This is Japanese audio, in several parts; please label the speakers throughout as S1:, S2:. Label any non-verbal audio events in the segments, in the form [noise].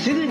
S1: 役立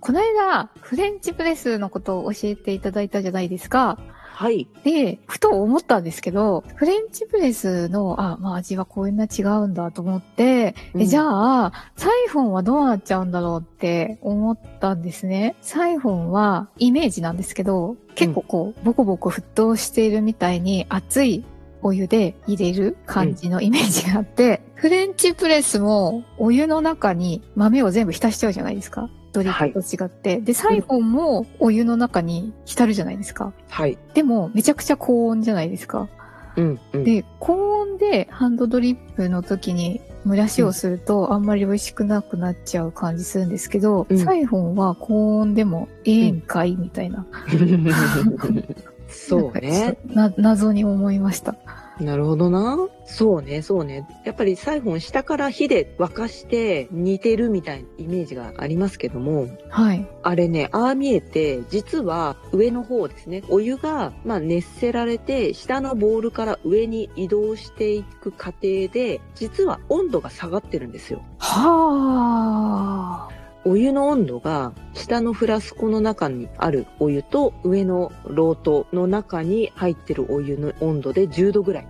S2: この間フレンチプレスのことを教えていただいたじゃないですか。
S3: はい。
S2: で、ふと思ったんですけど、フレンチプレスの、あ、まあ味はこんな違うんだと思って、
S3: うん
S2: えじゃあ、サイフォンはどうなっちゃうんだろうって思ったんですね。サイフォンはイメージなんですけど、結構こう、ボコボコ沸騰しているみたいに熱いお湯で入れる感じのイメージがあって、フレンチプレスもお湯の中に豆を全部浸しちゃうじゃないですか。ドリップと違って。で、サイフォンもお湯の中に浸るじゃないですか。
S3: はい。
S2: でも、めちゃくちゃ高温じゃないですか。
S3: うん、うん。
S2: で、高温でハンドドリップの時に蒸らしをすると、あんまり美味しくなくなっちゃう感じするんですけど、
S3: うん
S2: サイフォンは高温でもええんかいみたいな。
S3: そうね。
S2: なんか。な、謎に思いました。
S3: [laughs] なるほどな。そうね、そうね。やっぱりサイフォン下から火で沸かして煮てるみたいなイメージがありますけども、
S2: はい。
S3: あれね、ああ見えて、実は上の方ですね、お湯が、まあ、熱せられて、下のボールから上に移動していく過程で、実は温度が下がってるんですよ。
S2: はあ。
S3: お湯の温度が下のフラスコの中にあるお湯と上のロートの中に入ってるお湯の温度で10度ぐらい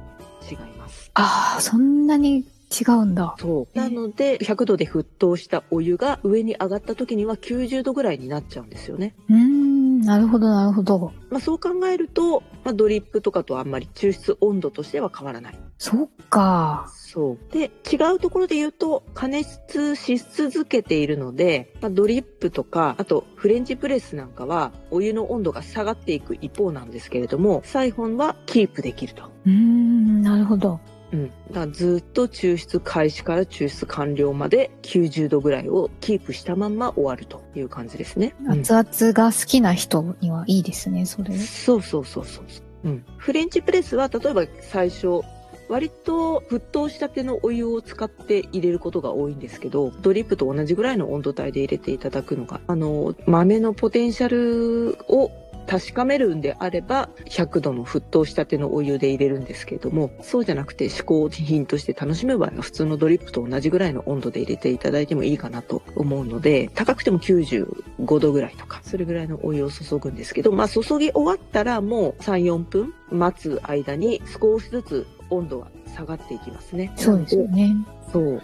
S3: 違います。
S2: ああ、そんなに違うんだ。
S3: そう。なので、100度で沸騰したお湯が上に上がった時には90度ぐらいになっちゃうんですよね。
S2: うーん、なるほど、なるほど。
S3: まあそう考えると、まあ、ドリップとかとあんまり抽出温度としては変わらない。
S2: そっか。
S3: そう。で、違うところで言うと、加熱し続けているので、まあ、ドリップとか、あとフレンチプレスなんかは、お湯の温度が下がっていく一方なんですけれども、サイフォンはキープできると。
S2: うーん、なるほど。
S3: うん。だからずっと抽出開始から抽出完了まで90度ぐらいをキープしたまんま終わるという感じですね。うん
S2: 熱々が好きな人にはいいですね、それ。
S3: そうそうそうそうそう、うん。フレンチプレスは例えば最初割と沸騰したてのお湯を使って入れることが多いんですけどドリップと同じぐらいの温度帯で入れていただくのがあの豆のポテンシャルを確かめるんであれば100度の沸騰したてのお湯で入れるんですけれどもそうじゃなくて嗜好品として楽しむ場合は普通のドリップと同じぐらいの温度で入れていただいてもいいかなと思うので高くても95度ぐらいとかそれぐらいのお湯を注ぐんですけどまあ注ぎ終わったらもう34分待つ間に少しずつ温度は下がっていきますね。
S2: そうですよね。
S3: そう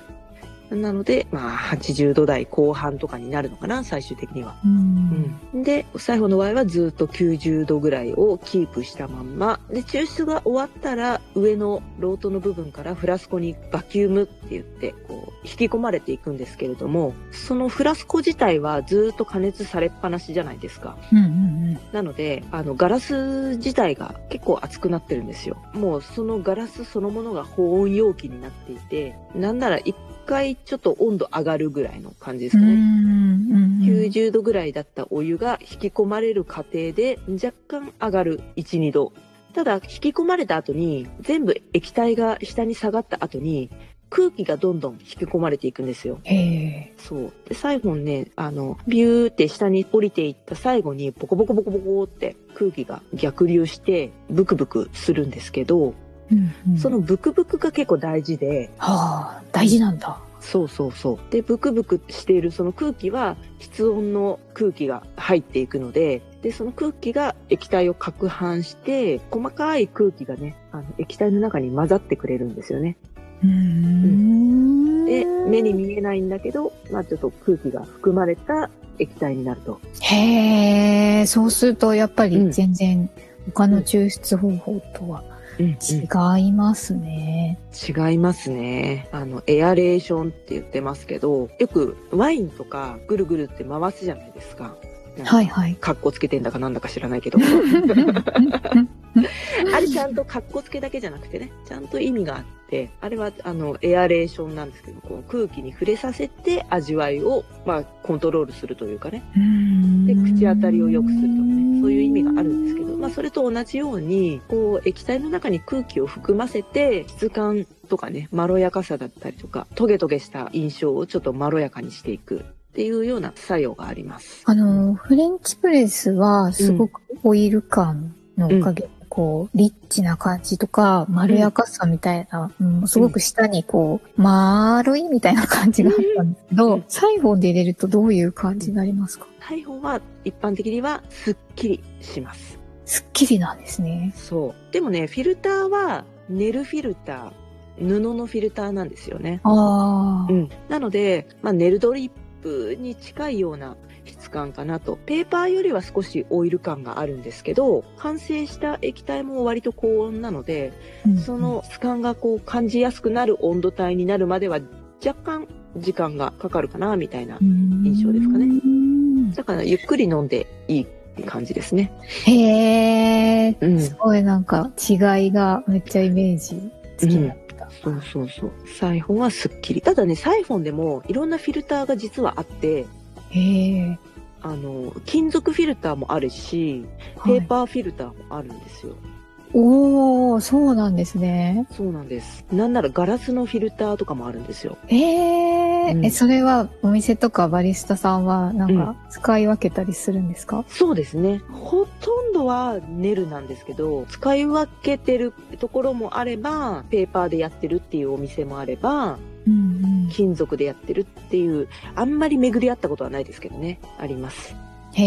S3: なので、まあ、80度台後半とかになるのかな、最終的には。
S2: うーん
S3: で、最後の場合はずっと90度ぐらいをキープしたまんま。で、抽出が終わったら、上のロートの部分からフラスコにバキュームって言って、こう、引き込まれていくんですけれども、そのフラスコ自体はずっと加熱されっぱなしじゃないですか。
S2: うんうんうん。
S3: なので、あの、ガラス自体が結構熱くなってるんですよ。もうそのガラスそのものが保温容器になっていて、なんなら一回ちょっと温度上がるぐらいの感じです
S2: う
S3: か
S2: ん
S3: ね。
S2: うんうん。
S3: 90度ぐらいだったお湯が引き込まれる過程で若干上がる1、2度。ただ引き込まれた後に全部液体が下に下がった後に空気がどんどん引き込まれていくんですよ。
S2: へえ。
S3: そう。で、最後にね、あの、ビューって下に降りていった最後にボコボコボコボコって空気が逆流してブクブクするんですけど、
S2: うんうん
S3: そのブクブクが結構大事で、
S2: はあ、大事なんだ。
S3: そうそうそう。で、ブクブクしているその空気は、室温の空気が入っていくので、で、その空気が液体を攪拌して、細かい空気がね、あの液体の中に混ざってくれるんですよね。
S2: うーん
S3: で、目に見えないんだけど、まあちょっと空気が含まれた液体になると。
S2: へえ、そうするとやっぱ
S3: う
S2: り
S3: ん
S2: 全然他の抽出方法とは
S3: うん
S2: 違いますね。
S3: 違いますね。あの、エアレーションって言ってますけど、よくワインとかぐるぐるって回すじゃないですか。
S2: はい
S3: い。
S2: はい。
S3: かっこつけてんだかなんだか知らない [laughs] けど。あれちゃんとかっこつけだけじゃなくてね、ちゃんと意味があって、あれはあの、エアレーションなんですけど、こう空気に触れさせて味わいを、まあ、コントロールするというかね。で、口当たりを良くするとかね、そういう意味があるんですけど、まあ、それと同じように、こう、液体の中に空気を含ませて、質感とかね、まろやかさだったりとか、トゲトゲした印象をちょっとまろやかにしていくっていうような作用があります。
S2: あの、フレンチプレスはすごくオイル感のおかげで、こう、リッチな感じとか、まろやかさみたいな、うんすごく舌にこう、丸いみたいな感じがあったんですけ
S3: う
S2: ど
S3: ん、
S2: サイフォンで入れるとどういう感じになりますか
S3: ハイフォンは一般的にはすっきりします。
S2: すっきりなんですね。
S3: そう。でもね、フィルターは、ネルフィルター、布のフィルターなんですよね。
S2: ああ、
S3: うん。なので、まあ、ネルドリップに近いような質感かなと。ペーパーよりは少しオイル感があるんですけど、完成した液体も割と高温なので、
S2: うん
S3: その質感がこう感じやすくなる温度帯になるまでは若干時間がかかるかな、みたいな。印象ですかね
S2: ね。
S3: だからゆっくり飲んでいい感じですね。
S2: へえ、
S3: うん
S2: すごいなんか違いがめっちゃイメージつきだった。
S3: そうそうそう。サイフォンはスッキリ。ただね、サイフォンでもいろんなフィルターが実はあって、
S2: へえ、
S3: あの、金属フィルターもあるし、
S2: は
S3: ペー
S2: い、
S3: パーフィルターもあるんですよ。
S2: おお、そうなんですね。
S3: そうなんです。なんならガラスのフィルターとかもあるんですよ。
S2: へえ、
S3: うん
S2: え、それはお店とかバリスタさんはなん
S3: う
S2: か使い分けたりするんですか、
S3: そうですね。ほとんどはネルなんですけど、使い分けてるところもあれば、ペーパーでやってるっていうお店もあれば、
S2: うん、うん
S3: 金属でやってるっていう、あんまり巡り合ったことはないですけどね、あります。
S2: へ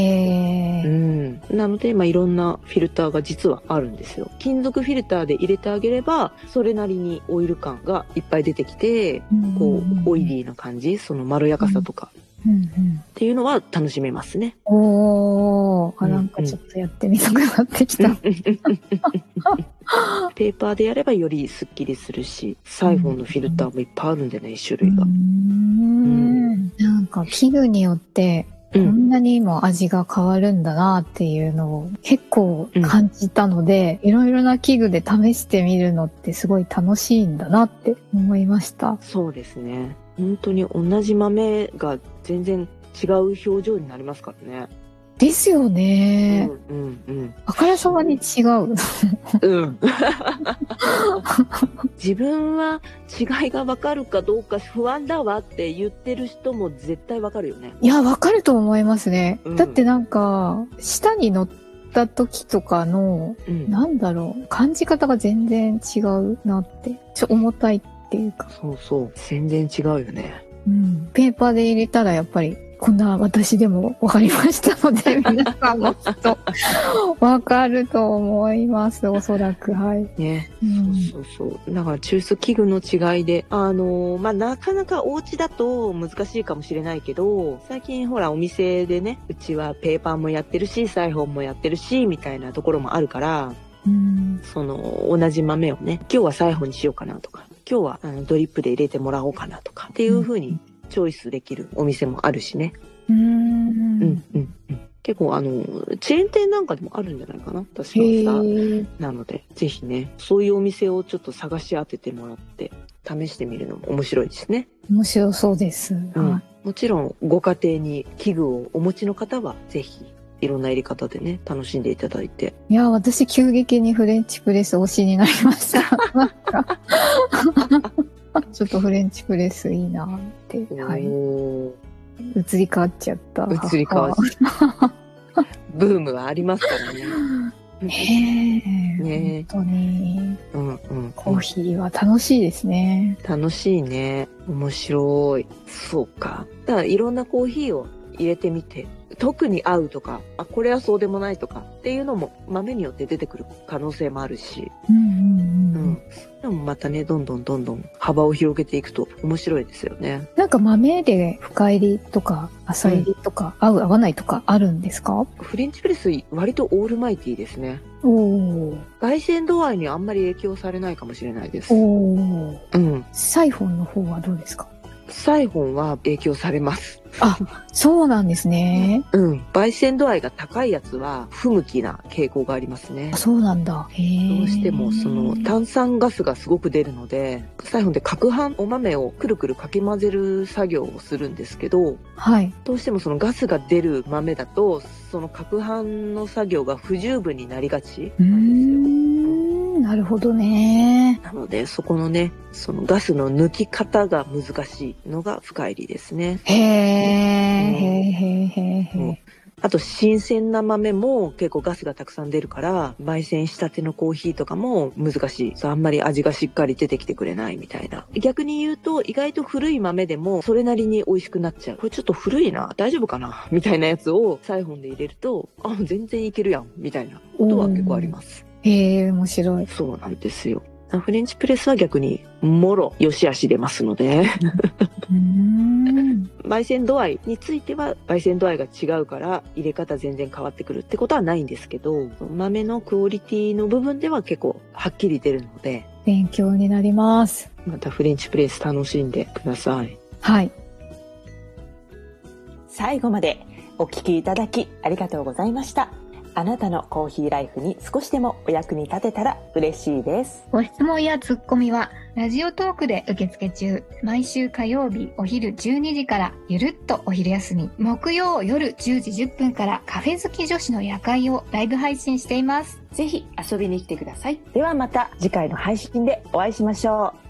S2: え、
S3: うん、なので、まあ、いろんなフィルターが実はあるんですよ金属フィルターで入れてあげればそれなりにオイル感がいっぱい出てきてこうオイリーな感じそのまろやかさとか
S2: うんうん
S3: っていうのは楽しめますね
S2: おーあ、
S3: うん
S2: なんかちょっとやってみたくなってきた。
S3: ペーパーでやればよりスッキリするしサイフォンのフィルターもいっぱいあるんでね種類が
S2: うーんなんか器具によって
S3: う
S2: こ
S3: ん
S2: んなにも味が変わるんだなっていうのを結構感じたので、いろいろな器具で試してみるのってすごい楽しいんだなって思いました。
S3: そうですね本当に同じ豆が全然違う表情になりますからね
S2: ですよ
S3: う
S2: ね。
S3: んうんうん
S2: あからさまに違う。 [laughs]
S3: うん、自分は違いが分かるかどうか不安だわって言ってる人も絶対分かるよね。
S2: いや、わかると思いますね。
S3: うん
S2: だってなんか、下に乗った時とかの、
S3: うん、
S2: なんだろう、感じ方が全然違うなって、ちょ、重たいっていうか。
S3: そうそう全然違うよね。
S2: うん、ペーパーで入れたらやっぱりこんな私でも分かりましたの
S3: [laughs]
S2: で皆さんもきっと分かると思いますおそらくはい、
S3: ね、
S2: うん
S3: そうそうそうだから抽出器具の違いであのーまあなかなかお家だと難しいかもしれないけど最近ほらお店でねうちはペーパーもやってるしサイフォンもやってるしみたいなところもあるから
S2: うん
S3: その同じ豆をね今日はサイフォンにしようかなとか今日はあのドリップで入れてもらおうかなとかっていう風にチョイスできるお店もあるしね、
S2: う
S3: うんんうんうん、結構あのチェーン店なんかでもあるんじゃないかな私
S2: へ
S3: はさ
S2: ー
S3: なのでぜひねそういうお店をちょっと探し当ててもらって試してみるのも面白いですね、
S2: 面白そうです、
S3: うん
S2: はい
S3: もちろんご家庭に器具をお持ちの方はぜひいろんな入れ方でね楽しんでいただいて
S2: いや私急激にフレンチプレス推しになりました
S3: [laughs]
S2: なんかちょっとフレンチプレスいいなって、はい、移
S3: おー
S2: り変わっちゃった
S3: 移り変わし [laughs] ブームはありますからね。
S2: [laughs] ねえ、
S3: ね
S2: 本当に
S3: うんうん、
S2: コーヒーは楽しいですね。
S3: 楽しいね面白いそうかだからいろんなコーヒーを入れてみて特に合うとか、あ、これはそうでもないとかっていうのも豆によって出てくる可能性もあるし、
S2: うんうんう
S3: う
S2: んうん
S3: ん。でもまたね、どんどんどんどん幅を広げていくと面白いですよね。
S2: なんか豆で深入りとか浅入りとか、合う合わないとかあるんですか
S3: フレンチプレス割とオールマイティーですね。
S2: おお
S3: 外線度合いにあんまり影響されないかもしれないです。
S2: おー
S3: うん。
S2: サイフォンの方はどうですか
S3: サイフォンは影響されます。
S2: そうなんですね。
S3: うん。焙煎度合いが高いやつは不向きな傾向がありますね
S2: あ。そうなんだ。へえ。
S3: どうしてもその炭酸ガスがすごく出るので、サイフォンで攪拌お豆をくるくるかき混ぜる作業をするんですけど、
S2: はい。
S3: どうしてもそのガスが出る豆だと、その攪拌の作業が不十分になりがち
S2: うー
S3: なんですよ。
S2: ん、なるほどね。
S3: なので、そこのね、そのガスの抜き方が難しいのが深入りですね。
S2: へえ、へ
S3: ね
S2: え、へえ、へえ、
S3: うん
S2: へ
S3: あと、新鮮な豆も結構ガスがたくさん出るから、焙煎したてのコーヒーとかも難しい。そうあんまり味がしっかり出てきてくれないみたいな。逆に言うと、意外と古い豆でもそれなりに美味しくなっちゃう。これちょっと古いな、大丈夫かなみたいなやつをサイフォンで入れると、あ、全然いけるやん、みたいなことは結構あります。
S2: え。へえ、面白い。
S3: そうなんですよ。フレンチプレスは逆に、もろ、よし悪し出ますので。
S2: うーん。
S3: 焙煎度合いについては焙煎度合いが違うから入れ方全然変わってくるってことはないんですけど豆のクオリティの部分では結構はっきり出るので
S2: 勉強になります。
S3: またフレンチプレス楽しんでください
S2: はい。
S1: 最後までお聞きいただきありがとうございました。あなたのコーヒーライフに少しでもお役に立てたら嬉しいです。
S4: ご質問やツッコミは、ラジオトークで受付中。毎週火曜日お昼12時から、ゆるっとお昼休み。木曜夜10時10分から、カフェ好き女子の夜会をライブ配信しています。
S1: ぜひ遊びに来てください。ではまた次回の配信でお会いしましょう。